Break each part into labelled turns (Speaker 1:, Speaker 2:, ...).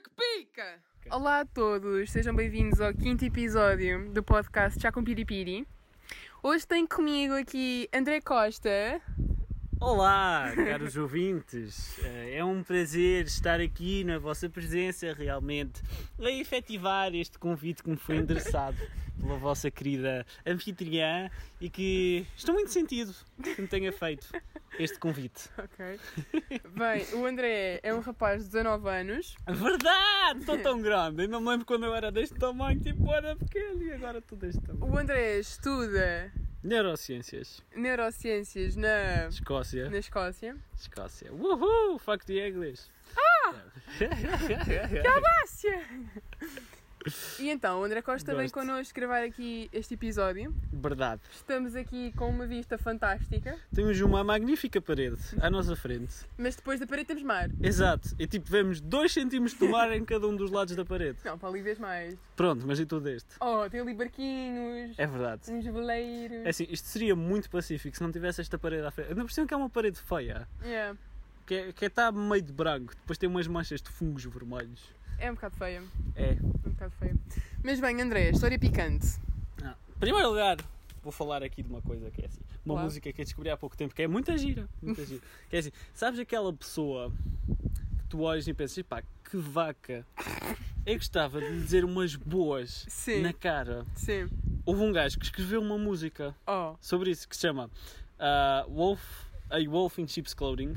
Speaker 1: Dica! Olá a todos, sejam bem-vindos ao quinto episódio do podcast Chá com Piripiri. Hoje tenho comigo aqui André Costa.
Speaker 2: Olá, caros ouvintes. Eh, É um prazer estar aqui na vossa presença, realmente, a efetivar este convite que me foi endereçado pela vossa querida anfitriã e que estou muito sentido que me tenha feito este convite.
Speaker 1: Ok. Bem, o André é um rapaz de 19 anos.
Speaker 2: Verdade! Estou tão grande. Eu não me lembro quando eu era deste tamanho, tipo, era pequeno e agora estou deste tamanho.
Speaker 1: O André estuda
Speaker 2: Neurociências.
Speaker 1: neurociências na,
Speaker 2: Escócia.
Speaker 1: na Escócia.
Speaker 2: Escócia. Uhul! Fuck the English. Ah!
Speaker 1: Ásia! E então, o André Costa vem
Speaker 2: Gosto.
Speaker 1: connosco gravar aqui este episódio.
Speaker 2: Verdade.
Speaker 1: Estamos aqui com uma vista fantástica,
Speaker 2: Temos uma magnífica parede à nossa frente.
Speaker 1: mas depois da parede temos mar.
Speaker 2: Exato. E tipo, vemos 2 centímetros de mar em cada um dos lados da parede.
Speaker 1: Não, para ali vês mais.
Speaker 2: Pronto, mas e tudo este?
Speaker 1: Oh, tem ali barquinhos,
Speaker 2: É verdade.
Speaker 1: uns
Speaker 2: É
Speaker 1: veleiros.
Speaker 2: assim, isto seria muito pacífico se não tivesse esta parede à frente. Ainda por cima que é uma parede feia.
Speaker 1: Yeah,
Speaker 2: Que, é- que está meio de branco. Depois tem umas manchas de fungos vermelhos.
Speaker 1: é um bocado feia.
Speaker 2: É.
Speaker 1: Um bocado feia. Mas bem, André, história é picante.
Speaker 2: Ah, em primeiro lugar, vou falar aqui de uma coisa que é assim. Uma
Speaker 1: Claro.
Speaker 2: música que eu descobri há pouco tempo, que é muita gira. Muita gira. Que é assim, sabes aquela pessoa que tu olhas e pensas, pá, que vaca. Eu gostava de lhe dizer umas boas
Speaker 1: Sim.
Speaker 2: na cara.
Speaker 1: Sim.
Speaker 2: Houve um gajo que escreveu uma música
Speaker 1: Oh.
Speaker 2: sobre isso que se chama ah, Wolf, A Wolf in Sheep's Clothing.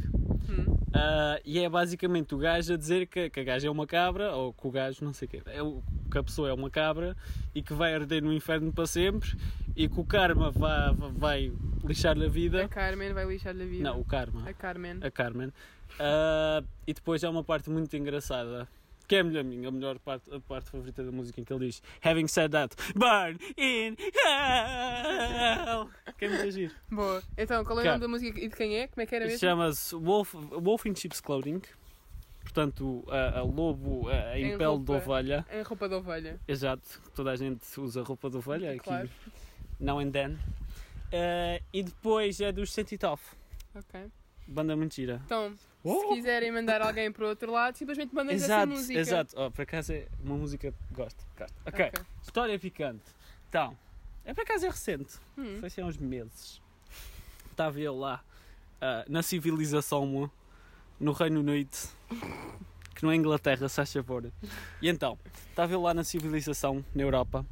Speaker 1: Hum.
Speaker 2: Ah, e é basicamente o gajo a dizer que, que a gaja é uma cabra, ou que o gajo, não sei o quê, é o, que a pessoa é uma cabra e que vai arder no inferno para sempre e que o karma vai, vai lixar-lhe a
Speaker 1: A
Speaker 2: vida.
Speaker 1: Carmen vai lixar-lhe a vida.
Speaker 2: Não, o karma,
Speaker 1: A Carmen.
Speaker 2: a Carmen. Ah, e depois há uma parte muito engraçada. Que é a melhor, minha, a melhor parte, a parte favorita da música em que ele diz Having said that, burn in hell Que é muito giro
Speaker 1: Boa. Então, qual é o
Speaker 2: Cara.
Speaker 1: nome da música e de quem é? Como é que era mesmo?
Speaker 2: Chama-se Wolf, Wolf in Sheep's Clothing. Portanto, a, a lobo a, em
Speaker 1: Em
Speaker 2: pele
Speaker 1: roupa.
Speaker 2: de ovelha.
Speaker 1: Em É roupa de ovelha.
Speaker 2: Exato, toda a gente usa roupa de ovelha aqui.
Speaker 1: Claro.
Speaker 2: Now and then. Eh, e depois é dos Centitoff.
Speaker 1: Ok.
Speaker 2: Banda mentira.
Speaker 1: Então, se
Speaker 2: Oh!
Speaker 1: quiserem mandar alguém para o outro lado, simplesmente mandem essa
Speaker 2: Exato,
Speaker 1: música.
Speaker 2: exato. Oh, por acaso é uma música que gosto. gosto.
Speaker 1: Ok.
Speaker 2: ok, história picante. Então, é por acaso é recente.
Speaker 1: Hum.
Speaker 2: Foi assim há uns meses. Estava eu lá, ah, na civilização, mo, no Reino Unido, que não é Inglaterra, se faz favor. E então, estava eu lá na civilização, na Europa,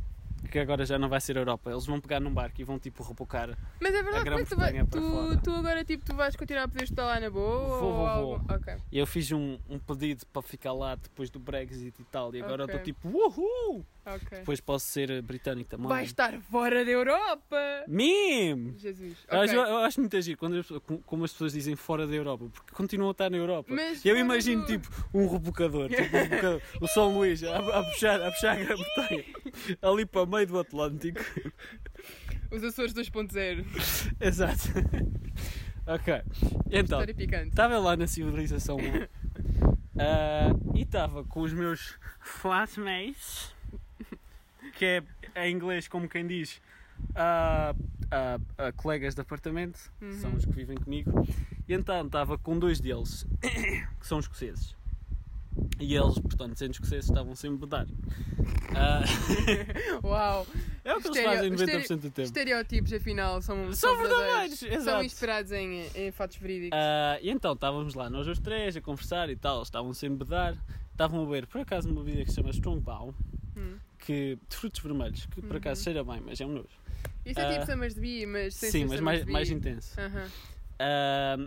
Speaker 2: que agora já não vai ser Europa. Eles vão pegar num barco e vão tipo rebocar.
Speaker 1: Mas é verdade, como é que tu, vai,
Speaker 2: Grã-Bretanha para
Speaker 1: tu,
Speaker 2: fora.
Speaker 1: tu agora tipo, tu vais continuar a poder estudar lá na boa?
Speaker 2: Vou, vou,
Speaker 1: ou
Speaker 2: vou.
Speaker 1: algo? Ok.
Speaker 2: E eu fiz um, um pedido para ficar lá depois do Brexit e tal. E agora
Speaker 1: Ok.
Speaker 2: estou tipo, uhul!
Speaker 1: Ok.
Speaker 2: Depois posso ser britânico também.
Speaker 1: Vai estar fora da Europa!
Speaker 2: Meme!
Speaker 1: Jesus.
Speaker 2: Eu acho-
Speaker 1: Ok.
Speaker 2: Eu acho muito agir quando as pessoas- com- como as pessoas dizem fora da Europa, porque continuam a estar na Europa.
Speaker 1: Mas
Speaker 2: eu
Speaker 1: fora
Speaker 2: imagino
Speaker 1: do-
Speaker 2: tipo um rebocador, tipo, um rebocador, o São Luís a, a puxar, a puxar a Grã-Bretanha ali para o meio do Atlântico.
Speaker 1: Os Açores 2.0.
Speaker 2: Exato. ok. Então,
Speaker 1: História picante.
Speaker 2: estava lá na civilização ah, e estava com os meus flatmates, que é em inglês como quem diz ah, ah, ah, colegas de apartamento, que são os que vivem comigo, e então estava com dois deles, que são escoceses. E eles, portanto, sendo escoceses, estavam sem mudar.
Speaker 1: Uau!
Speaker 2: é o que eles
Speaker 1: Estereo-
Speaker 2: fazem 90% do
Speaker 1: estere-
Speaker 2: tempo.
Speaker 1: Estereótipos, afinal, são.
Speaker 2: São
Speaker 1: verdadeiros.
Speaker 2: verdadeiros,
Speaker 1: São
Speaker 2: exato.
Speaker 1: inspirados em, em fatos verídicos.
Speaker 2: Ah, e então estávamos lá, nós os três, a conversar e tal, estavam sem bedar, estavam a beber por acaso uma bebida que se chama Strong Pau,
Speaker 1: Hum.
Speaker 2: que, de frutos vermelhos, que por acaso cheira bem, mas é um nojo.
Speaker 1: Isto é tipo
Speaker 2: ah,
Speaker 1: Summers de Bee, mas sem
Speaker 2: Sim,
Speaker 1: ser
Speaker 2: mas
Speaker 1: Summers
Speaker 2: mais,
Speaker 1: de Bee.
Speaker 2: mais intenso.
Speaker 1: Aham.
Speaker 2: Ah,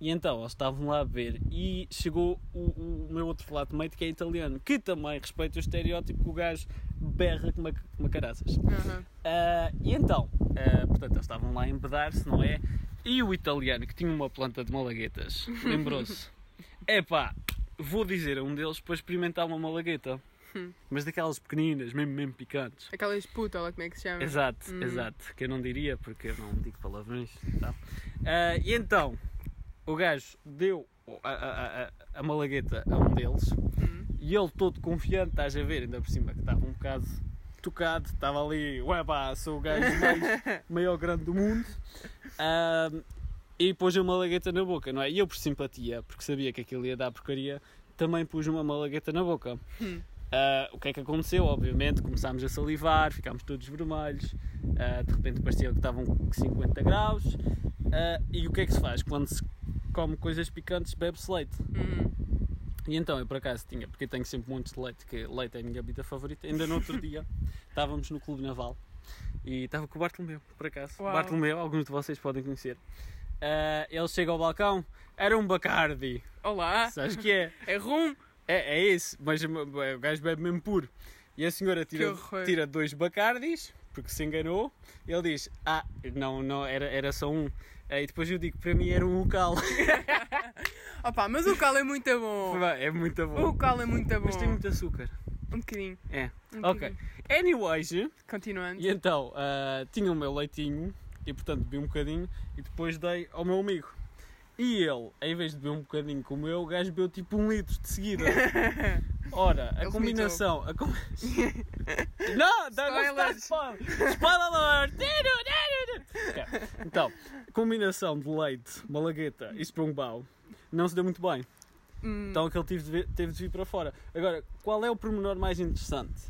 Speaker 2: e então eles estavam lá a beber e chegou o, o meu outro flatmate que é italiano, que também respeita o estereótipo que o gajo berra com uma, uma caraças.
Speaker 1: aham.
Speaker 2: Ah, e então, ah, portanto, eles estavam lá a embedar-se, não é? E o italiano, que tinha uma planta de malaguetas, lembrou-se: epá, vou dizer a um deles para experimentar uma malagueta.
Speaker 1: Hum.
Speaker 2: Mas daquelas pequeninas, mesmo, mesmo picantes.
Speaker 1: Aquelas puta, lá como é que se chama?
Speaker 2: Exato,
Speaker 1: Hum.
Speaker 2: exato. Que eu não diria porque eu não digo palavrões e tal. Ah, e então, o gajo deu a, a- a- a malagueta a um deles
Speaker 1: Hum.
Speaker 2: e ele todo confiante, estás a ver, ainda por cima que estava um bocado tocado, estava ali, ué pá, sou o gajo mais maior grande do mundo. Ah, e pôs uma malagueta na boca, não é? E eu por simpatia, porque sabia que aquilo ia dar porcaria, também pus uma malagueta na boca.
Speaker 1: Hum.
Speaker 2: Ah, Ah, o que é que aconteceu? Obviamente começámos a salivar, ficámos todos vermelhos, ah, de repente parecia que estavam 50 graus. Ah, e o que é que se faz? Quando se come coisas picantes, bebe-se leite.
Speaker 1: Hum.
Speaker 2: E então eu por acaso tinha, porque eu tenho sempre muitos de leite, que leite é a minha bebida favorita. Ainda no outro dia estávamos no Clube Naval e estava com o Bartolomeu, por acaso.
Speaker 1: Uau.
Speaker 2: Bartolomeu, alguns de vocês podem conhecer. Ah, ele chega ao balcão, era um Bacardi.
Speaker 1: Olá,
Speaker 2: Sabes que é?
Speaker 1: é rum.
Speaker 2: É, é esse, mas o gajo bebe mesmo puro. E a senhora
Speaker 1: Que
Speaker 2: tira,
Speaker 1: horror.
Speaker 2: tira dois bacardis, porque se enganou, e ele diz: Ah, não, não, era, era só um. E depois eu digo: Para mim era um local.
Speaker 1: Opa, mas o cal é muito bom.
Speaker 2: é muito bom.
Speaker 1: O cal é muito bom.
Speaker 2: Mas tem muito açúcar.
Speaker 1: Um bocadinho.
Speaker 2: É.
Speaker 1: um
Speaker 2: Ok.
Speaker 1: bocadinho.
Speaker 2: Anyways, e
Speaker 1: Continuando.
Speaker 2: então, ah, tinha o meu leitinho, e portanto bebi um bocadinho, e depois dei ao meu amigo. E ele, em vez de beber um bocadinho como eu, o gajo bebeu tipo um litro de seguida. Ora, a
Speaker 1: Ele vomitou.
Speaker 2: combinação. A com... não, dá não
Speaker 1: Spoilers.
Speaker 2: está spoiler. Spoiler alert! Ok, Então, a combinação de leite, malagueta e sprungbau não se deu muito bem.
Speaker 1: Hum,
Speaker 2: Então aquele teve de, vir, teve de vir para fora. Agora, qual é o pormenor mais interessante?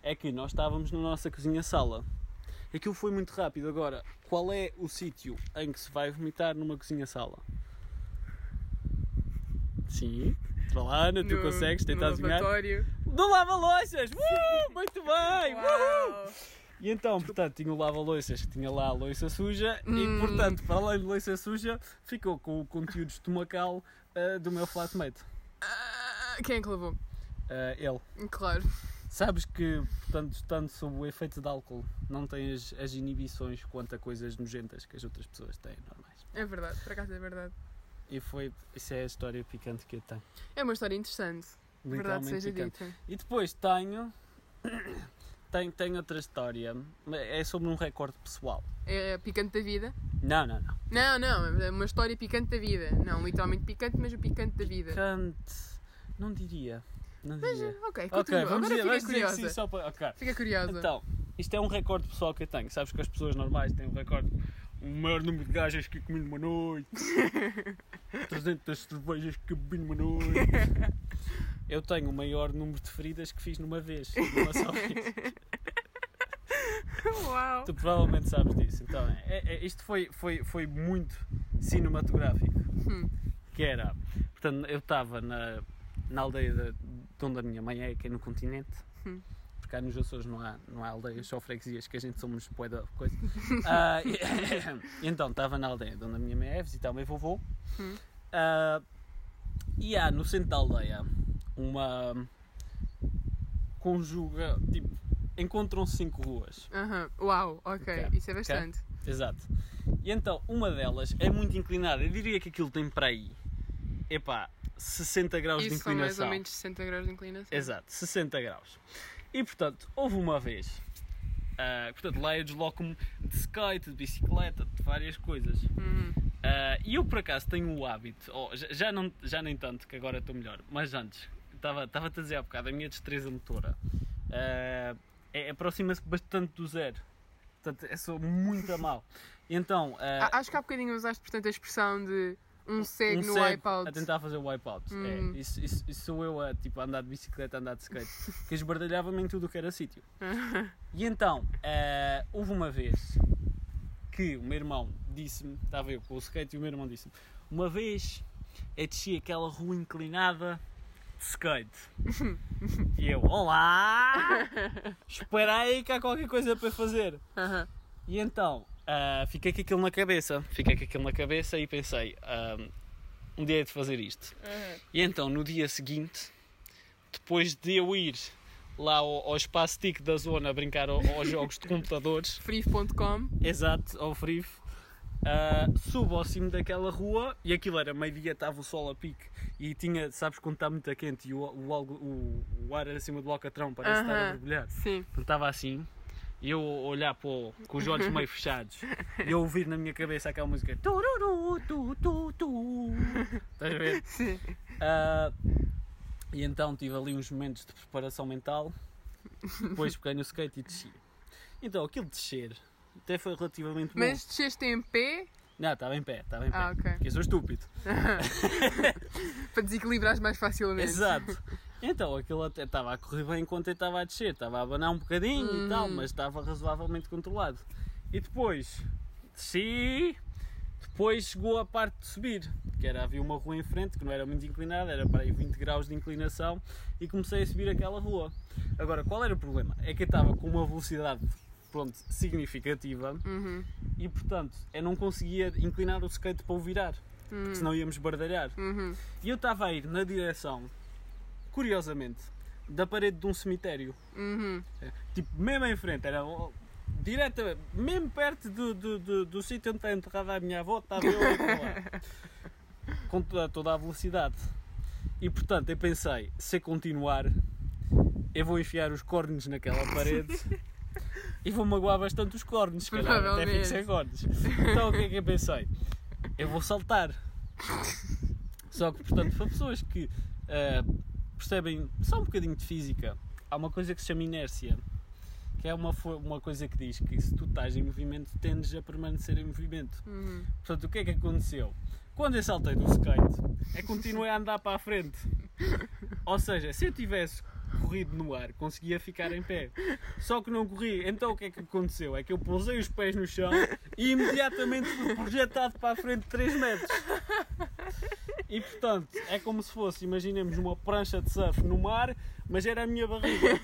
Speaker 2: É que nós estávamos na nossa cozinha-sala. Aquilo foi muito rápido. Agora, qual é o sítio em que se vai vomitar numa cozinha-sala? Sim. Vá lá, Ana, tu
Speaker 1: no-
Speaker 2: consegues tentar
Speaker 1: no
Speaker 2: adivinhar?
Speaker 1: lavatório.
Speaker 2: Do lava-loiças! Uh, muito bem! Uhul!
Speaker 1: Uau.
Speaker 2: E então, portanto, tinha o lava-loiças que tinha lá a loiça suja
Speaker 1: Hum.
Speaker 2: e, portanto, para além de loiça suja, ficou com o conteúdo estomacal ah, do meu flatmate.
Speaker 1: Ah, Quem é que levou?
Speaker 2: Ah, ele.
Speaker 1: Claro.
Speaker 2: Sabes que, portanto, estando sob o efeito de álcool, não tens as inibições quanto a coisas nojentas que as outras pessoas têm, normais.
Speaker 1: É verdade, por acaso é verdade.
Speaker 2: E foi, isso é a história picante que eu tenho.
Speaker 1: É uma história interessante. Verdade
Speaker 2: Literalmente
Speaker 1: seja
Speaker 2: picante.
Speaker 1: dita.
Speaker 2: E depois tenho, tenho, tenho outra história, mas é sobre um recorde pessoal.
Speaker 1: É a picante da vida.
Speaker 2: Não, não, não.
Speaker 1: Não, não, é uma história picante da vida. Não, literalmente picante, mas o picante da vida.
Speaker 2: Picante, não diria, não
Speaker 1: Mas,
Speaker 2: diria.
Speaker 1: ok, continua.
Speaker 2: Ok,
Speaker 1: Agora
Speaker 2: vamos dizer,
Speaker 1: fiquei
Speaker 2: vamos dizer que sim
Speaker 1: curiosa.
Speaker 2: só para... Ok.
Speaker 1: Fica curiosa.
Speaker 2: Então, isto é um recorde pessoal que eu tenho. Sabes que as pessoas normais têm um recorde. O maior número de gajas que eu comi numa noite. 300 cervejas que eu bebi numa noite. Eu tenho o maior número de feridas que fiz numa vez. Numa só vez.
Speaker 1: Uau.
Speaker 2: Tu provavelmente sabes disso. Então, é- é- isto foi, foi, foi muito cinematográfico.
Speaker 1: Hum.
Speaker 2: Que era... Portanto, eu estava na, na aldeia de, de onde a minha mãe é, que é no continente.
Speaker 1: Hum.
Speaker 2: Porque cá nos Açores não há, não há aldeias, só freguesias, que a gente somos bué da coisa. Ah, e- e então, estava na aldeia de onde a minha mãe é, visitar o meu vovô.
Speaker 1: Hum.
Speaker 2: Ah, e há no centro da aldeia uma... Conjuga... Tipo, encontram-se cinco ruas.
Speaker 1: Aham. Uau, ok.
Speaker 2: Ok,
Speaker 1: Isso é bastante.
Speaker 2: Exato. E então, uma delas é muito inclinada. Eu diria que aquilo tem para aí, epá, 60 graus de
Speaker 1: Isso são mais
Speaker 2: inclinação.
Speaker 1: ou menos 60 graus de inclinação.
Speaker 2: Exato, 60 graus. E portanto, houve uma vez. ah, portanto, lá eu desloco-me de skate, de bicicleta, de várias coisas.
Speaker 1: Hum.
Speaker 2: Ah, E eu por acaso tenho o hábito, oh, já, já não, já nem tanto, que agora estou melhor, mas antes, estava-te a dizer há bocado, a minha destreza motora ah, é, aproxima-se bastante do zero. Portanto, eu sou muito a mal. E então, ah,
Speaker 1: Ah, acho que há bocadinho usaste, portanto, a expressão de um cego no
Speaker 2: cego
Speaker 1: iPod.
Speaker 2: a tentar fazer o wipeout.
Speaker 1: Hum.
Speaker 2: É, isso, isso- isso sou eu a tipo, a andar de bicicleta, a andar de skate, que esbardalhava-me em tudo o que era sítio. E então, eh, houve uma vez que o meu irmão disse-me, estava eu com o skate e o meu irmão disse-me, uma vez eu desci aquela rua inclinada de skate. e eu, olá! Espera aí que há qualquer coisa para fazer.
Speaker 1: Aham.
Speaker 2: E então, ah, fiquei com aquilo na cabeça. Fiquei com aquilo na cabeça e pensei, ah, um dia é de fazer isto.
Speaker 1: Aham.
Speaker 2: E então, no dia seguinte, depois de eu ir lá ao, ao espaço TIC da zona brincar ao- aos jogos de computadores,
Speaker 1: Free.com.
Speaker 2: exato, ao Frif, ah, subo ao cimo daquela rua e aquilo era meio-dia, estava o sol a pique e tinha, sabes quando está muito quente e o, o, algo- o, o ar acima do alcatrão parece estar a
Speaker 1: Aham.
Speaker 2: borbulhar.
Speaker 1: Sim.
Speaker 2: Portanto, estava assim e eu a olhar para o- com os olhos meio fechados e eu ouvir na minha cabeça aquela música tururu, tu, tu, tu. Estás a ver?
Speaker 1: Sim.
Speaker 2: Ah, e então tive ali uns momentos de preparação mental, depois peguei no skate e desci. Então aquilo de descer até foi relativamente bom.
Speaker 1: Mas desceste em pé
Speaker 2: Não, estava em pé, estava em pé.
Speaker 1: Ah, ok.
Speaker 2: Porque eu sou estúpido.
Speaker 1: para desequilibrar mais facilmente.
Speaker 2: Exato. Então, aquilo até estava a correr bem enquanto eu estava a descer, estava a abanar um bocadinho e tal, mas estava razoavelmente controlado. E depois, desci, depois chegou a parte de subir, que era, havia uma rua em frente que não era muito inclinada, era para aí 20 graus de inclinação, e comecei a subir aquela rua. Agora, qual era o problema? É que eu estava com uma velocidade, pronto, significativa,
Speaker 1: Uhum.
Speaker 2: e portanto, eu não conseguia inclinar o skate para o virar,
Speaker 1: Hum.
Speaker 2: porque senão íamos bardalhar.
Speaker 1: Uhum.
Speaker 2: E eu estava a ir na direção, curiosamente, da parede de um cemitério.
Speaker 1: Uhum.
Speaker 2: É, Tipo, mesmo em frente, era o- direta, mesmo perto do, do, do, do sítio onde está enterrada a minha avó, estava eu a ir para lá. Com toda, toda a velocidade. E portanto, eu pensei, se eu continuar, eu vou enfiar os cornos naquela parede. E vou magoar bastante os cornos, se calhar, até fico sem cornos. Então o que é que eu pensei? Eu vou saltar. Só que, portanto, para pessoas que eh, percebem só um bocadinho de física, há uma coisa que se chama inércia, que é uma, fo- uma coisa que diz que se tu estás em movimento, tendes a permanecer em movimento.
Speaker 1: Uhum.
Speaker 2: Portanto, o que é que aconteceu? Quando eu saltei do skate, é continuei a andar para a frente. Ou seja, se eu tivesse corrido no ar, conseguia ficar em pé. Só que não corri. Então o que é que aconteceu? É que eu pousei os pés no chão e imediatamente fui projetado para a frente 3 metros. E portanto, é como se fosse, imaginemos uma prancha de surf no mar, mas era a minha barriga.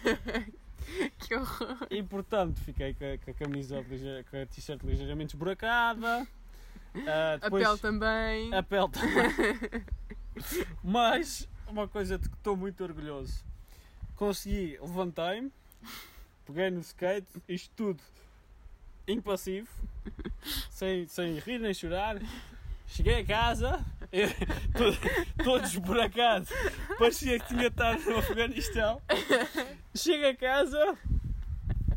Speaker 1: Que horror.
Speaker 2: E portanto, fiquei com a, com a camisa, lige- com a t-shirt ligeiramente esburacada. Ah,
Speaker 1: A
Speaker 2: depois-
Speaker 1: pele também.
Speaker 2: a pele também. Mas, uma coisa de que estou muito orgulhoso. Consegui, levantei-me, peguei no skate, isto tudo impassivo, sem, sem rir nem chorar. Cheguei a casa, eu- todo, todo esburacado, parecia que tinha estado no Afeganistão. Chego a casa,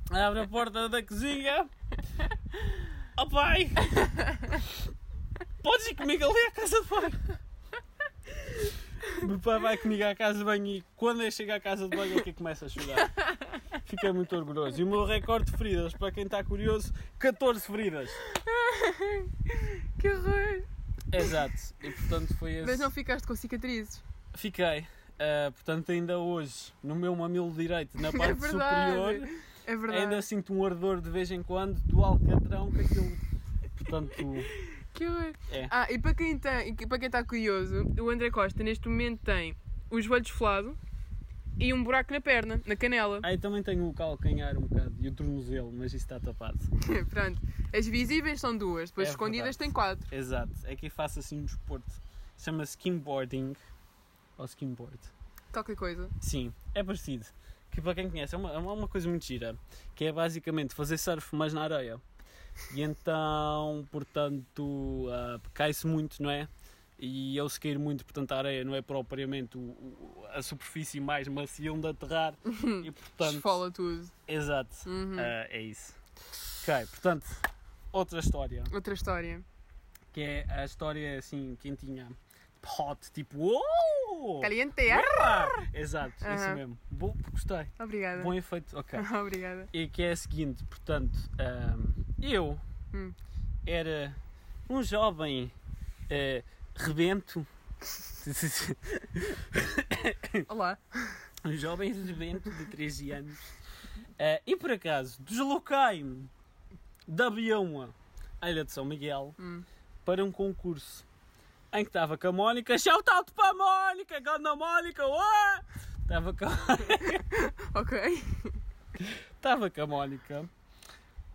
Speaker 2: abro a porta da cozinha. Oh pai! Podes ir comigo ali à casa de banho. Meu pai vai comigo à casa de banho e quando eu chego à casa de banho é que eu começo a chorar. Fiquei muito orgulhoso. E o meu recorde de feridas, para quem está curioso, 14 feridas.
Speaker 1: Que horror.
Speaker 2: Exato. E portanto foi esse.
Speaker 1: Mas não ficaste com cicatrizes.
Speaker 2: Fiquei. ah, portanto, ainda hoje, no meu mamilo direito, na parte
Speaker 1: É verdade.
Speaker 2: superior,
Speaker 1: É verdade.
Speaker 2: ainda sinto um ardor de vez em quando do alcatrão que aquilo. Portanto,
Speaker 1: Que horror.
Speaker 2: É.
Speaker 1: Ah, e para quem está curioso, o André Costa neste momento tem o joelho desflado e um buraco na perna, na canela.
Speaker 2: aí também tenho o calcanhar um bocado e o tornozelo, mas isso está tapado.
Speaker 1: Pronto. As visíveis são duas, depois
Speaker 2: É
Speaker 1: escondidas
Speaker 2: verdade.
Speaker 1: tem quatro.
Speaker 2: Exato, é que eu faço assim um desporto. Chama-se skimboarding. Ou skimboard.
Speaker 1: Qualquer coisa.
Speaker 2: Sim, é parecido. Que para quem conhece, é uma, é uma- uma coisa muito gira. Que é basicamente fazer surf, mas na areia. E então, portanto, ah, cai-se muito, não é? E eu se cair muito, portanto, a areia não é propriamente o- o- a superfície mais macia onde aterrar. e portanto.
Speaker 1: Desfola tudo.
Speaker 2: Exato,
Speaker 1: Uhum.
Speaker 2: ah, é isso. Ok, portanto, outra história
Speaker 1: Outra história.
Speaker 2: que é a história assim quentinha, hot, tipo uou!
Speaker 1: Caliente.
Speaker 2: Uau! Exato, isso
Speaker 1: Aham.
Speaker 2: mesmo. Bom, gostei.
Speaker 1: Obrigada.
Speaker 2: Bom efeito, ok.
Speaker 1: Obrigada.
Speaker 2: E que é a seguinte, portanto, ahm, eu
Speaker 1: Hum.
Speaker 2: era um jovem eh, rebento.
Speaker 1: Olá.
Speaker 2: um jovem rebento de 13 anos. eh, e por acaso desloquei-me da Bioma à Ilha de São Miguel
Speaker 1: Hum.
Speaker 2: para um concurso em que estava com a Mónica. Shout out para a Mónica! Ganda Mónica! ué! Estava com,
Speaker 1: Ok.
Speaker 2: estava com a Mónica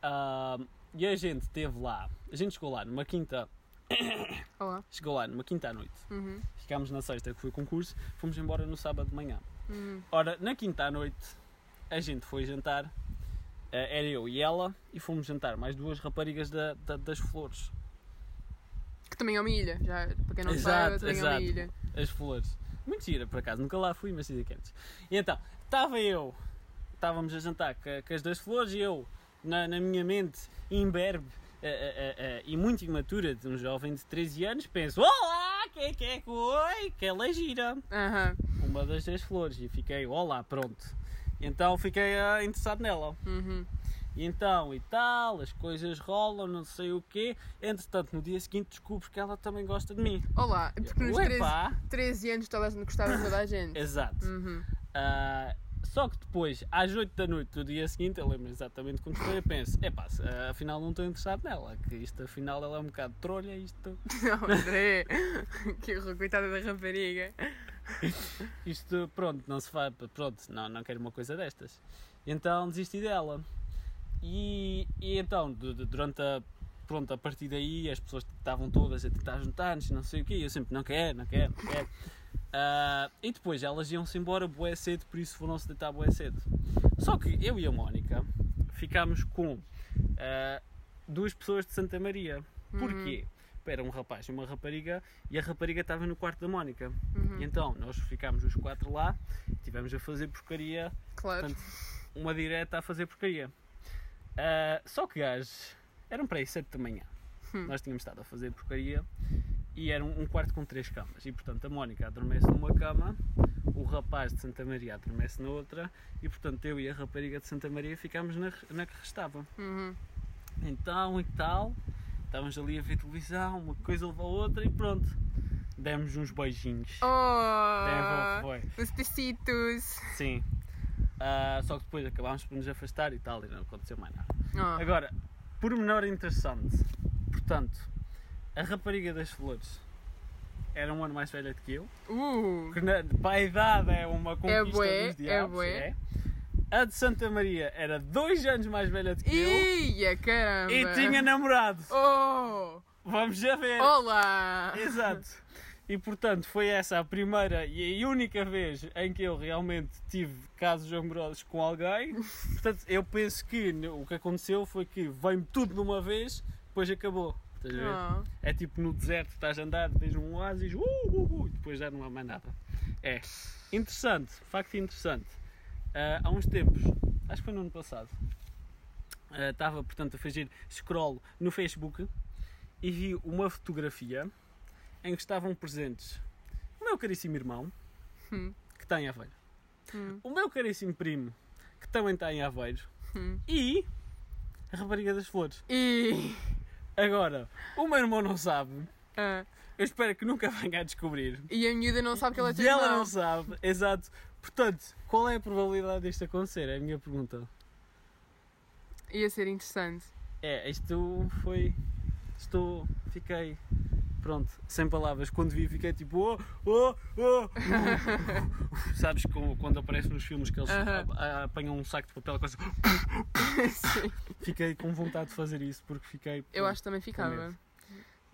Speaker 2: ah, e a gente teve lá. A gente chegou lá numa quinta.
Speaker 1: Olá.
Speaker 2: Chegou lá numa quinta à noite.
Speaker 1: Uhum.
Speaker 2: Ficámos na sexta, que foi o concurso. Fomos embora no sábado de manhã.
Speaker 1: Uhum.
Speaker 2: Ora, na quinta à noite, a gente foi jantar. eh, era eu e ela. E fomos jantar mais duas raparigas da- da- das flores.
Speaker 1: Que também é uma ilha. Já, para quem não sabe, também é uma ilha.
Speaker 2: As flores. Muito gira, por acaso. Nunca lá fui, mas sei que antes. E então, estava eu, estávamos a jantar com, com as duas flores e eu, na, na minha mente, imberbe eh, eh, eh, eh, e muito imatura de um jovem de 13 anos, penso: Olá, que é que é que oi? Que ela é gira.
Speaker 1: Aham.
Speaker 2: Uma das três flores. E fiquei: Olá, pronto. Então fiquei ah, eh, interessado nela.
Speaker 1: Uhum.
Speaker 2: E então e tal, as coisas rolam, não sei o quê. Entretanto, no dia seguinte descubro que ela também gosta de mim.
Speaker 1: Olá, porque nos 13,
Speaker 2: Uepá!
Speaker 1: 13 anos toda a gente gostava de toda a gente.
Speaker 2: Exato.
Speaker 1: Uhum.
Speaker 2: Ah, só que depois, às 8 da noite do dia seguinte, eu lembro exatamente como foi. Eu penso: é pá, afinal não estou interessado nela, que isto afinal ela é um bocado trolha. Isto,
Speaker 1: Não, André, que horror, coitada da rapariga.
Speaker 2: isto pronto, não se faz, pronto, não, não quero uma coisa destas. Então desisti dela. E, e então, du- du- durante a. Pronto, a partir daí as pessoas estavam todas a tentar juntar-nos, não sei o quê, e eu sempre não quero, não quero, não quero. Ah, e depois elas iam-se embora bué cedo, por isso foram-se deitar bué cedo. Só que eu e a Mónica ficámos com ah, duas pessoas de Santa Maria. Porquê? Era um rapaz e uma rapariga, e a rapariga estava no quarto da Mónica. E então nós ficámos os quatro lá, tivemos a fazer porcaria,
Speaker 1: Claro.
Speaker 2: Portanto, uma direta a fazer porcaria. Ah, só que às. eram para aí 7 da manhã.
Speaker 1: Hum.
Speaker 2: Nós tínhamos estado a fazer porcaria e era um, um quarto com três camas. E portanto a Mónica adormece numa cama, o rapaz de Santa Maria adormece na outra e portanto eu e a rapariga de Santa Maria ficámos na, na que restava.
Speaker 1: Uhum.
Speaker 2: Então e tal, estávamos ali a ver televisão, uma coisa leva a outra e pronto. Demos uns beijinhos. É,
Speaker 1: Oh!
Speaker 2: foi.
Speaker 1: Os tecitos.
Speaker 2: Sim. Ah, só que depois acabámos por nos afastar e tal, e não aconteceu mais nada.
Speaker 1: Oh.
Speaker 2: Agora, por menor interessante, portanto, a rapariga das flores era um ano mais velha do que eu,
Speaker 1: Uh!
Speaker 2: que na, para a idade é uma conquista
Speaker 1: bué,
Speaker 2: dos
Speaker 1: é
Speaker 2: diabos,
Speaker 1: bué.
Speaker 2: é. A de Santa Maria era dois anos mais velha do que eu
Speaker 1: Ia, caramba!
Speaker 2: e tinha namorado.
Speaker 1: Oh!
Speaker 2: Vamos já ver.
Speaker 1: Olá!
Speaker 2: Exato. E portanto foi essa a primeira e a única vez em que eu realmente tive casos amorosos com alguém. Portanto, eu penso que no- o que aconteceu foi que veio-me tudo de uma vez, depois acabou. Estás a ver?
Speaker 1: Oh.
Speaker 2: É tipo no deserto, estás a andar, tens um oásis, uh, uh, uh, e depois já não há mais nada. É interessante, facto interessante. Ah, há uns tempos, acho que foi no ano passado, ah, estava portanto a fazer scroll no Facebook e vi uma fotografia em que estavam presentes o meu caríssimo irmão,
Speaker 1: Hum.
Speaker 2: que está em Aveiro,
Speaker 1: Hum.
Speaker 2: o meu caríssimo primo, que também está em Aveiro,
Speaker 1: Hum.
Speaker 2: e a rapariga das flores.
Speaker 1: E.
Speaker 2: Agora, o meu irmão não sabe.
Speaker 1: Ah.
Speaker 2: Eu espero que nunca venha a descobrir.
Speaker 1: E a miúda não sabe que ela é tem
Speaker 2: e ela
Speaker 1: irmão.
Speaker 2: não sabe, exato. Portanto, qual é a probabilidade disto acontecer? É a minha pergunta.
Speaker 1: Ia ser interessante.
Speaker 2: É, isto foi. Estou. Fiquei. Pronto, sem palavras. Quando vi, fiquei tipo. Oh, oh, oh. Sabes como- quando aparece nos filmes que eles
Speaker 1: Aham.
Speaker 2: a- a- apanham um saco de papel e coisa.
Speaker 1: Sim.
Speaker 2: Fiquei com vontade de fazer isso porque fiquei.
Speaker 1: Eu
Speaker 2: pronto.
Speaker 1: acho que também ficava.
Speaker 2: medo.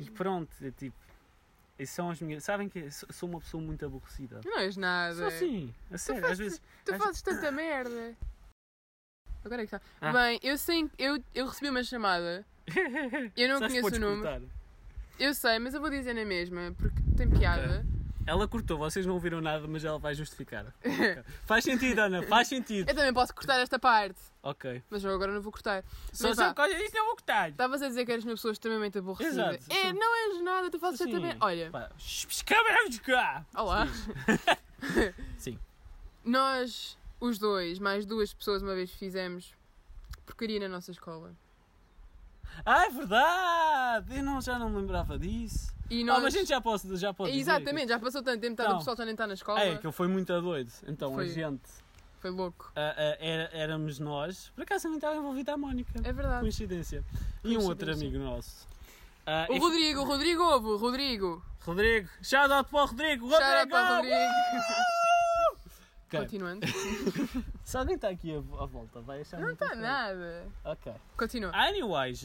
Speaker 2: E pronto, é tipo. e São as minhas. Sabem que eu sou sou uma pessoa muito aborrecida.
Speaker 1: Não és nada.
Speaker 2: Só assim,
Speaker 1: Então
Speaker 2: a sério, às
Speaker 1: fazes-
Speaker 2: vezes.
Speaker 1: Tu
Speaker 2: Mas-
Speaker 1: fazes tanta merda. Agora é que está.
Speaker 2: Ah.
Speaker 1: Bem, eu sei. Eu, eu recebi uma chamada. Eu não
Speaker 2: Sabes que
Speaker 1: conheço
Speaker 2: podes
Speaker 1: o número.
Speaker 2: cortar?
Speaker 1: Eu sei, mas eu vou dizer na mesma, porque tem piada.
Speaker 2: Ela cortou, vocês não ouviram nada, mas ela vai justificar. Ok. faz sentido, Ana, faz sentido.
Speaker 1: Eu também posso cortar esta parte,
Speaker 2: Ok.
Speaker 1: mas eu agora não vou cortar.
Speaker 2: Só é
Speaker 1: Mas
Speaker 2: se
Speaker 1: vá.
Speaker 2: eu colho isto, eu vou cortar.
Speaker 1: Estavas a dizer que eras uma pessoa extremamente aborrecida.
Speaker 2: Exato.
Speaker 1: É,
Speaker 2: Sou-
Speaker 1: não és nada, tu fazes
Speaker 2: Sim.
Speaker 1: também. Olha,
Speaker 2: Pá, shh, Câmera de cá!
Speaker 1: olá.
Speaker 2: Sim.
Speaker 1: Nós, os dois, mais duas pessoas uma vez fizemos porcaria na nossa escola.
Speaker 2: Ah, é verdade! Eu não, já não me lembrava disso.
Speaker 1: E
Speaker 2: Não,
Speaker 1: nós.
Speaker 2: Ah, mas a gente já pode, já pode dizer
Speaker 1: Exatamente, já passou tanto tempo, metade do
Speaker 2: Então.
Speaker 1: pessoal já nem está na
Speaker 2: que-
Speaker 1: escola.
Speaker 2: É, que eu fui muito a doido. Então,
Speaker 1: Foi.
Speaker 2: a gente...
Speaker 1: Foi louco.
Speaker 2: ah, ah, era- éramos nós. Por acaso, também estava envolvida a Mónica.
Speaker 1: É verdade.
Speaker 2: Coincidência. E um outro
Speaker 1: Coincidência.
Speaker 2: amigo nosso. Ah,
Speaker 1: O
Speaker 2: e-
Speaker 1: Rodrigo, o Rodrigo ouve, o Rodrigo.
Speaker 2: Rodrigo! Shout out para o Rodrigo! Rodrigo!
Speaker 1: Shout out para o Rodrigo.
Speaker 2: Ok.
Speaker 1: Continuando.
Speaker 2: Se alguém está aqui à à volta, vai achar
Speaker 1: Não
Speaker 2: muito
Speaker 1: está
Speaker 2: estranho.
Speaker 1: nada.
Speaker 2: Ok.
Speaker 1: Continua.
Speaker 2: Ah. Anyways,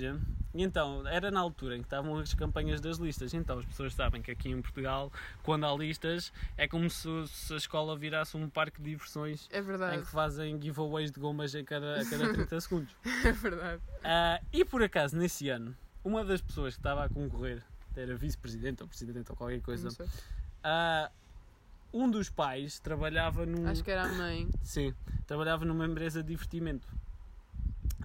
Speaker 2: então, era na altura em que estavam as campanhas das listas. Então, as pessoas sabem que aqui em Portugal, quando há listas, é como se, se a escola virasse um parque de diversões
Speaker 1: É
Speaker 2: em
Speaker 1: verdade.
Speaker 2: que fazem giveaways de gomas a cada, a cada 30 segundos.
Speaker 1: É verdade.
Speaker 2: Ah, e por acaso, nesse ano, uma das pessoas que estava a concorrer, era vice-presidente ou presidente ou qualquer coisa,
Speaker 1: Não sei.
Speaker 2: ah, um dos pais trabalhava num.
Speaker 1: Acho que era a mãe.
Speaker 2: Sim, trabalhava numa empresa de divertimento.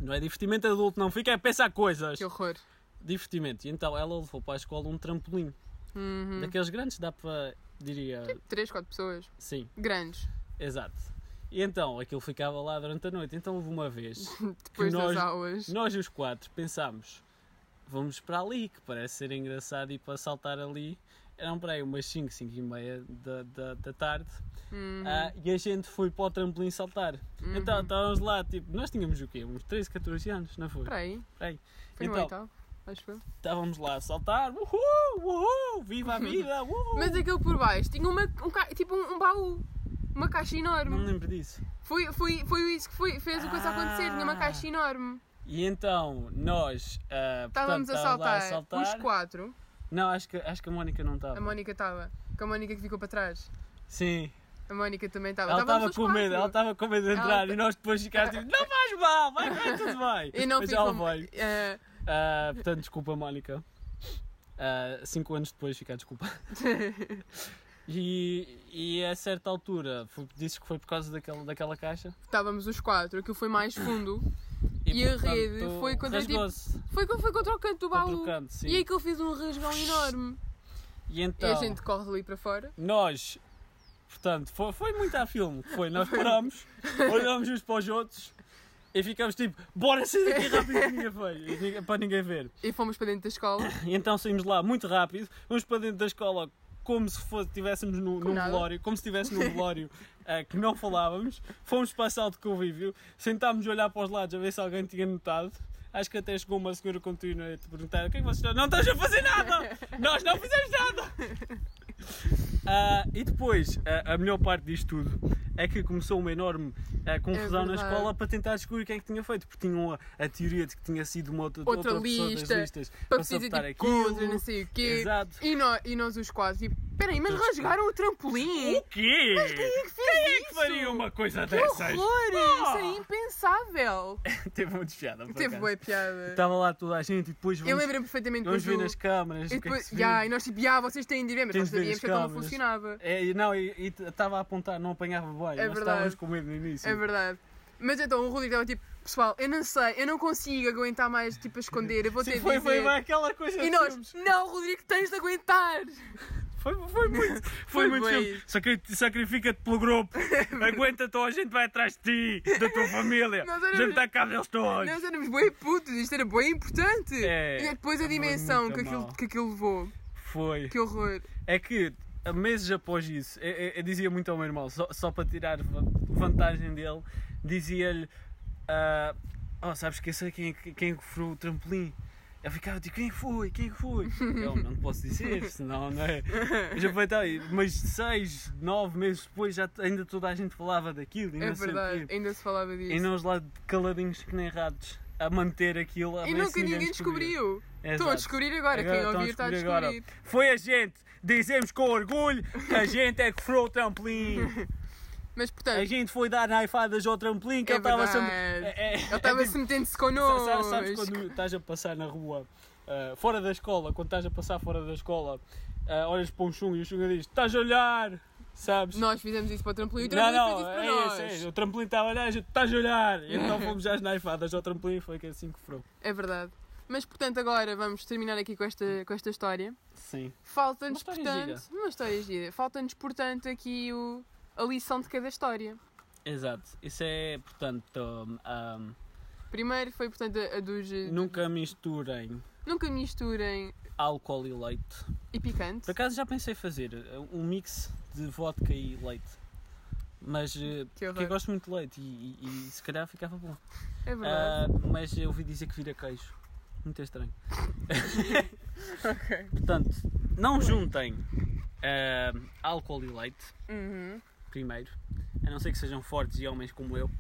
Speaker 2: Não é divertimento adulto, não. Fica a pensar coisas.
Speaker 1: Que horror.
Speaker 2: Divertimento. E então ela levou para a escola um trampolim.
Speaker 1: Uhum.
Speaker 2: Daqueles grandes, dá para. Diria.
Speaker 1: Três, quatro pessoas.
Speaker 2: Sim,
Speaker 1: Grandes.
Speaker 2: exato. E então aquilo ficava lá durante a noite. Então houve uma vez
Speaker 1: Depois
Speaker 2: nós-
Speaker 1: das aulas.
Speaker 2: Nós os quatro pensámos, vamos para ali, que parece ser engraçado, e para saltar ali eram para aí umas 5, 5 e meia da, da, da tarde,
Speaker 1: Uhum.
Speaker 2: Ah, e a gente foi para o trampolim saltar. Então estávamos lá, tipo, nós tínhamos o quê? Uns 13, 14 anos, não foi?
Speaker 1: Espera aí.
Speaker 2: Peraí.
Speaker 1: Foi no
Speaker 2: Então-
Speaker 1: oitavo, acho eu.
Speaker 2: Estávamos lá a saltar, uhul, uhul, viva a vida, uhul.
Speaker 1: Mas aquilo por baixo tinha uma, um ca- tipo um, um baú. Uma caixa
Speaker 2: Não me
Speaker 1: enorme.
Speaker 2: lembro disso.
Speaker 1: Foi, foi, foi isso que foi, fez a coisa
Speaker 2: Ah.
Speaker 1: acontecer. Tinha uma caixa enorme.
Speaker 2: E então nós ah, portanto,
Speaker 1: Estávamos a
Speaker 2: lá
Speaker 1: saltar,
Speaker 2: saltar.
Speaker 1: os quatro.
Speaker 2: Não, acho que, acho que a Mónica não estava.
Speaker 1: A Mónica estava. Com a Mónica que ficou para trás.
Speaker 2: Sim,
Speaker 1: A Mónica também estava.
Speaker 2: Ela
Speaker 1: Estávamos
Speaker 2: estava
Speaker 1: os
Speaker 2: com medo,
Speaker 1: quatro.
Speaker 2: ela estava com medo de
Speaker 1: Ela
Speaker 2: entrar
Speaker 1: ta-
Speaker 2: e nós depois ficámos tipo, não faz mal, vai, vai, tudo bem.
Speaker 1: E não
Speaker 2: Mas
Speaker 1: ficou.
Speaker 2: ela veio.
Speaker 1: Eh,
Speaker 2: Ah, portanto, desculpa, Mónica. Ah, cinco anos depois fica a desculpa. E, e a certa altura, foi, disse que foi por causa daquela, daquela caixa.
Speaker 1: Estávamos os quatro, aquilo foi mais fundo. E a rede foi contra, tipo,
Speaker 2: rasgou-se
Speaker 1: Foi, co- foi contra o canto do
Speaker 2: contra o
Speaker 1: baú.
Speaker 2: canto, sim.
Speaker 1: E aquilo fez um rasgão enorme.
Speaker 2: E
Speaker 1: E
Speaker 2: então,
Speaker 1: a gente corre ali para fora.
Speaker 2: nós, portanto, foi, foi muito a filme. que Foi, nós paramos, olhamos uns para os outros e ficamos tipo, bora sair daqui rapidinho, feio, e ninguém- para ninguém ver.
Speaker 1: E fomos para dentro da escola.
Speaker 2: E então saímos lá muito rápido, vamos para dentro da escola como se fosse, estivéssemos no, num
Speaker 1: nada.
Speaker 2: velório, como se estivéssemos num velório eh, que não falávamos, fomos para a sala de convívio, sentámos a olhar para os lados a ver se alguém tinha notado. Acho que até chegou uma senhora contínua a te perguntar o que é que vocês estão. Não estás a fazer nada! Nós não fizemos nada! Ah, e depois, a, a melhor parte disto tudo é que começou uma enorme ah, confusão na
Speaker 1: É verdade.
Speaker 2: escola para tentar descobrir quem é que tinha feito, porque tinham a, a teoria de que tinha sido uma outra,
Speaker 1: Outra
Speaker 2: pessoa
Speaker 1: lista,
Speaker 2: das listas
Speaker 1: Para fazer
Speaker 2: sabotar
Speaker 1: tipo
Speaker 2: aquilo.
Speaker 1: contra, não sei o quê.
Speaker 2: uh, Exato.
Speaker 1: E, nó- e nós os quatro, tipo, peraí, mas rasgaram o trampolim?
Speaker 2: O quê?
Speaker 1: Quem é que fez isso?
Speaker 2: Faria uma coisa
Speaker 1: Que
Speaker 2: dessas?
Speaker 1: horror! Isso é
Speaker 2: Ah!
Speaker 1: impensável!
Speaker 2: Teve muito piada, É por
Speaker 1: Teve
Speaker 2: acaso.
Speaker 1: boa piada.
Speaker 2: Estava lá toda a gente e depois
Speaker 1: Eu
Speaker 2: vamos,
Speaker 1: lembro-me perfeitamente do
Speaker 2: vamos ver
Speaker 1: jogo.
Speaker 2: nas câmaras
Speaker 1: E
Speaker 2: o que é que
Speaker 1: depois,
Speaker 2: se viu.
Speaker 1: Ya, e nós tipo, ya, vocês têm de ver, mas
Speaker 2: Tens
Speaker 1: nós
Speaker 2: de ver
Speaker 1: sabíamos
Speaker 2: as
Speaker 1: que aquilo não
Speaker 2: câmaras.
Speaker 1: funcionava.
Speaker 2: É, e não, e e estava a apontar, não apanhava boia,
Speaker 1: É
Speaker 2: nós
Speaker 1: verdade.
Speaker 2: estávamos com medo no início.
Speaker 1: É verdade. Mas então o Rodrigo estava tipo, pessoal, eu não sei, eu não consigo aguentar mais, tipo, a esconder, eu vou ter
Speaker 2: Sim,
Speaker 1: de
Speaker 2: foi, foi
Speaker 1: dizer.
Speaker 2: bem aquela coisa
Speaker 1: E
Speaker 2: de
Speaker 1: nós,
Speaker 2: filmes.
Speaker 1: não, Rodrigo, tens de aguentar!
Speaker 2: Foi, foi muito, foi muito
Speaker 1: bem.
Speaker 2: filme. Sacri- Sacrifica-te pelo grupo, aguenta-te, ou a gente vai atrás de ti, da tua família.
Speaker 1: Nós éramos-
Speaker 2: A gente está cá deles todos.
Speaker 1: Nós éramos bem putos, isto era bem importante!
Speaker 2: É,
Speaker 1: e depois a
Speaker 2: foi
Speaker 1: dimensão
Speaker 2: muito
Speaker 1: que aquilo,
Speaker 2: mal.
Speaker 1: que aquilo levou,
Speaker 2: Foi.
Speaker 1: que horror!
Speaker 2: É que a meses após isso, eu, eu- eu dizia muito ao meu irmão, só, só para tirar va- vantagem dele, dizia-lhe: ah, Oh, sabes que eu sei quem, é que- quem é que furou o trampolim? Eu ficava tipo: Quem foi? Quem foi? eu não te posso dizer, senão não é. Mas aproveitava, e- mas seis, nove meses depois já t- ainda toda a gente falava daquilo e
Speaker 1: É
Speaker 2: não sei o
Speaker 1: verdade, é
Speaker 2: quê.
Speaker 1: ainda se falava disso.
Speaker 2: E nós lá caladinhos que nem ratos a manter aquilo a
Speaker 1: E
Speaker 2: ver se
Speaker 1: nunca ninguém descobriu. Estão a
Speaker 2: Exato.
Speaker 1: descobrir agora,
Speaker 2: Agora
Speaker 1: quem
Speaker 2: estão a
Speaker 1: ouvir tá está a
Speaker 2: descobrir agora.
Speaker 1: descobrir.
Speaker 2: Foi a gente! Dizemos com orgulho que a gente é que furou o trampolim!
Speaker 1: Mas
Speaker 2: A
Speaker 1: portanto,
Speaker 2: gente foi dar naifadas ao trampolim que
Speaker 1: É
Speaker 2: ele estava sempre.
Speaker 1: verdade.
Speaker 2: É- é-
Speaker 1: ele estava-se metendo-se
Speaker 2: Sa- sa- Sabes
Speaker 1: connosco.
Speaker 2: quando estás a passar na rua, ah, fora da escola, quando estás a passar fora da escola, ah, olhas para um chunga e o chunga diz: Estás a olhar! Sabes?
Speaker 1: Nós fizemos isso para o trampolim e o
Speaker 2: não,
Speaker 1: trampolim
Speaker 2: não,
Speaker 1: fez isso
Speaker 2: é
Speaker 1: para
Speaker 2: isso, é
Speaker 1: nós.
Speaker 2: isso. O trampolim estava a olhar, a gente, estás a olhar! E então fomos às naifadas ao trampolim e foi que assim que furou.
Speaker 1: É verdade. Mas portanto, agora vamos terminar aqui com esta, com esta história.
Speaker 2: Sim.
Speaker 1: Falta-nos,
Speaker 2: Uma história
Speaker 1: portanto, uma história gira. Falta-nos, portanto, aqui o, a lição de cada história.
Speaker 2: Exato. Isso é, portanto, ah,
Speaker 1: Primeiro foi, portanto, a, a dos. eh,
Speaker 2: nunca misturem
Speaker 1: Nunca misturem
Speaker 2: álcool e leite.
Speaker 1: e picante.
Speaker 2: Por acaso já pensei fazer eh, um mix de vodka e leite. Mas eh,
Speaker 1: Que
Speaker 2: porque eu
Speaker 1: horror.
Speaker 2: gosto muito de leite e, e- e se calhar ficava bom.
Speaker 1: É verdade.
Speaker 2: Ah, mas eu ouvi dizer que vira queijo. Muito estranho.
Speaker 1: Ok.
Speaker 2: Portanto, não juntem ah, álcool e leite
Speaker 1: Uhum.
Speaker 2: primeiro. A não ser que sejam fortes e homens como eu.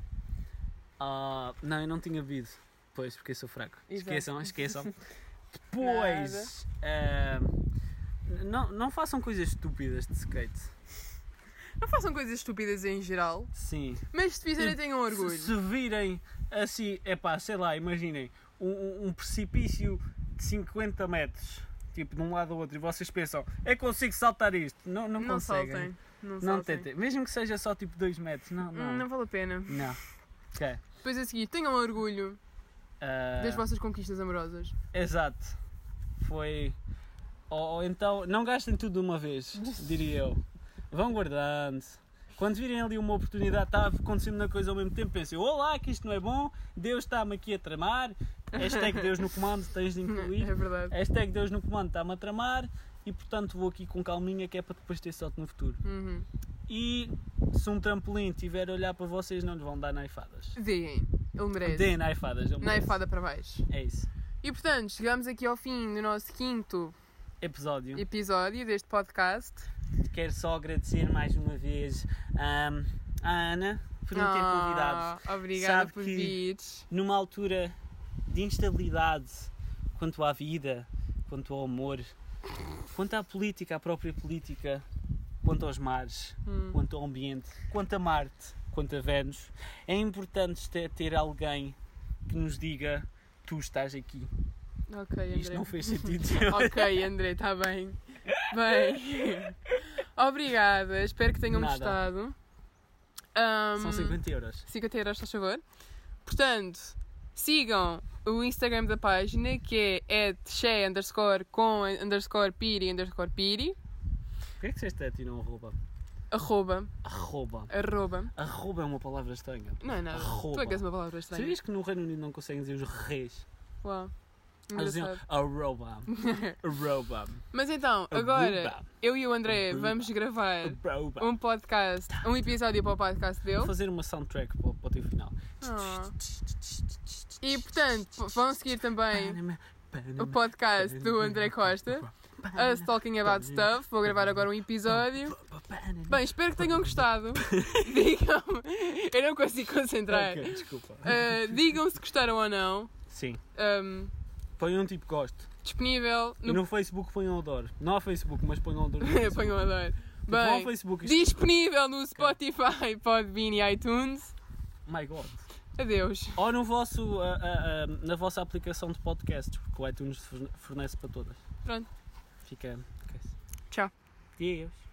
Speaker 2: Ah, não, eu não tinha bebido. Pois, porque eu sou fraco.
Speaker 1: Exato.
Speaker 2: Esqueçam, esqueçam. Depois. ah, não, não façam coisas estúpidas de skate.
Speaker 1: Não façam coisas estúpidas em geral,
Speaker 2: Sim.
Speaker 1: mas se fizerem
Speaker 2: Tipo,
Speaker 1: tenham
Speaker 2: Se,
Speaker 1: orgulho.
Speaker 2: se virem assim, é pá, sei lá, imaginem um- um, um precipício de 50 metros, tipo de um lado ao outro, e vocês pensam, eu consigo saltar isto. Não, não,
Speaker 1: Não,
Speaker 2: conseguem.
Speaker 1: saltem. Não,
Speaker 2: Não
Speaker 1: saltem.
Speaker 2: tentem. Mesmo que seja só tipo 2 metros, não, não.
Speaker 1: Hum, Não vale a pena.
Speaker 2: Não. Ok.
Speaker 1: Depois a seguir, tenham orgulho
Speaker 2: Ah,
Speaker 1: das vossas conquistas amorosas.
Speaker 2: Exato. Foi. Ou, ou então, não gastem tudo de uma vez, diria eu. Vão guardando. Quando virem ali uma oportunidade, está acontecendo uma coisa ao mesmo tempo, pensem, olá, que isto não é bom, Deus está-me aqui a tramar, hashtag Deus no comando, tens de
Speaker 1: É
Speaker 2: incluir,
Speaker 1: verdade.
Speaker 2: hashtag Deus no comando está-me a tramar, e portanto vou aqui com calminha que é para depois ter sorte no futuro.
Speaker 1: Uhum.
Speaker 2: E se um trampolim tiver a olhar para vocês, não lhe vão dar naifadas.
Speaker 1: Deem, ele merece.
Speaker 2: Deem naifadas, é ele merece.
Speaker 1: Naifada para baixo.
Speaker 2: É isso.
Speaker 1: E portanto, chegamos aqui ao fim do nosso quinto
Speaker 2: Episódio.
Speaker 1: episódio deste podcast.
Speaker 2: Quero só agradecer mais uma vez ahm, à Ana por me ter convidado.
Speaker 1: Ah, Obrigada
Speaker 2: Sabe
Speaker 1: por
Speaker 2: que-
Speaker 1: vires.
Speaker 2: Numa altura de instabilidade quanto à vida, quanto ao amor, quanto à política, à própria política, quanto aos mares,
Speaker 1: Hum.
Speaker 2: quanto ao ambiente, quanto a Marte, quanto a Vênus, é importante ter- ter alguém que nos diga tu estás aqui.
Speaker 1: Ok, André.
Speaker 2: Isto não fez sentido.
Speaker 1: Ok, André, está bem. Bem. Obrigada, espero que tenham
Speaker 2: Nada.
Speaker 1: gostado. Ahm,
Speaker 2: São 50 euros.
Speaker 1: 50 euros, faz favor. Portanto, sigam o Instagram da página que é che underscore com underscore piri underscore piri.
Speaker 2: Porquê é que disseste teto e não arroba?
Speaker 1: Arroba,
Speaker 2: Arroba.
Speaker 1: arroba.
Speaker 2: Arroba é uma palavra estranha.
Speaker 1: Não é nada. Tu
Speaker 2: Arroba.
Speaker 1: é que és uma palavra estranha.
Speaker 2: Sabias que no Reino Unido não conseguem dizer os reis?
Speaker 1: Uau.
Speaker 2: Eles diziam
Speaker 1: Engraçado.
Speaker 2: arroba. Arroba.
Speaker 1: Mas então, agora eu e o André
Speaker 2: Arroba.
Speaker 1: vamos gravar
Speaker 2: Arroba.
Speaker 1: um podcast, um episódio para o podcast dele.
Speaker 2: Vou fazer uma soundtrack para, o- para o teu final.
Speaker 1: Ah. E portanto, vão seguir também
Speaker 2: Panama,
Speaker 1: o
Speaker 2: Panama,
Speaker 1: podcast do
Speaker 2: é
Speaker 1: André Costa, Us Talking About
Speaker 2: Tá,
Speaker 1: Stuff. Vou gravar agora um episódio.
Speaker 2: Panama.
Speaker 1: Bem, espero que tenham gostado. Digam-me. Eu não consigo concentrar.
Speaker 2: Ok, desculpa.
Speaker 1: Ah, Digam se gostaram ou não.
Speaker 2: Sim.
Speaker 1: Ahm,
Speaker 2: Põe um tipo gosto.
Speaker 1: disponível
Speaker 2: E
Speaker 1: no.
Speaker 2: no Facebook põe um odor. Não há Facebook, mas põe um odor. no Facebook.
Speaker 1: Apanham a dar.
Speaker 2: Vão ao
Speaker 1: Bem,
Speaker 2: Facebook. isto-
Speaker 1: disponível no Spotify, Podbean e iTunes.
Speaker 2: My God.
Speaker 1: Adeus.
Speaker 2: Ou no vosso, ah, ah, ah, na vossa aplicação de podcasts, porque o iTunes forne- fornece para todas.
Speaker 1: Pronto.
Speaker 2: Fica. ok.
Speaker 1: Tchau.
Speaker 2: Deus.